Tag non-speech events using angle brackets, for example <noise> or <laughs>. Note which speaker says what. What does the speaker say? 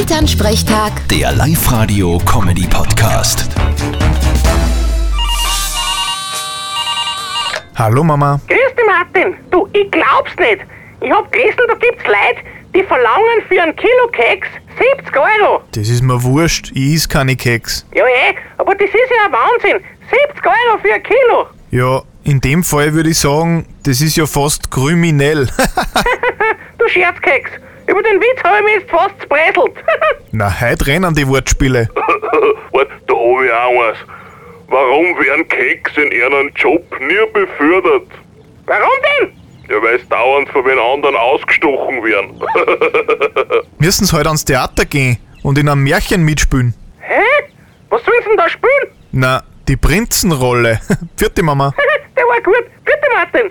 Speaker 1: Elternsprechtag,
Speaker 2: Der Live-Radio-Comedy-Podcast.
Speaker 3: Hallo Mama.
Speaker 4: Grüß dich, Martin. Du, ich glaub's nicht. Ich hab gelesen, da gibt's Leute, die verlangen für einen Kilo Keks 70 Euro.
Speaker 3: Das ist mir wurscht, ich is keine Keks.
Speaker 4: Ja, eh, aber das ist ja ein Wahnsinn. 70 Euro für ein Kilo.
Speaker 3: Ja, in dem Fall würde ich sagen, das ist ja fast kriminell. <laughs>
Speaker 4: Du Scherzkeks. Über den Witz hab ich mich jetzt fast zbreselt.
Speaker 3: Na, heut rennen die Wortspiele.
Speaker 5: Warte, da hab ich auch was. Warum werden Keks in ihren Job nie befördert?
Speaker 4: <laughs> Warum denn?
Speaker 5: Ja, weil sie dauernd von den anderen ausgestochen werden.
Speaker 3: Müssen sie halt ans Theater gehen und in einem Märchen mitspielen.
Speaker 4: Hä? Was sollen sie denn da spielen?
Speaker 3: Na, die Prinzenrolle. <laughs> Vierte Mama.
Speaker 4: Der war gut. Bitte, Martin.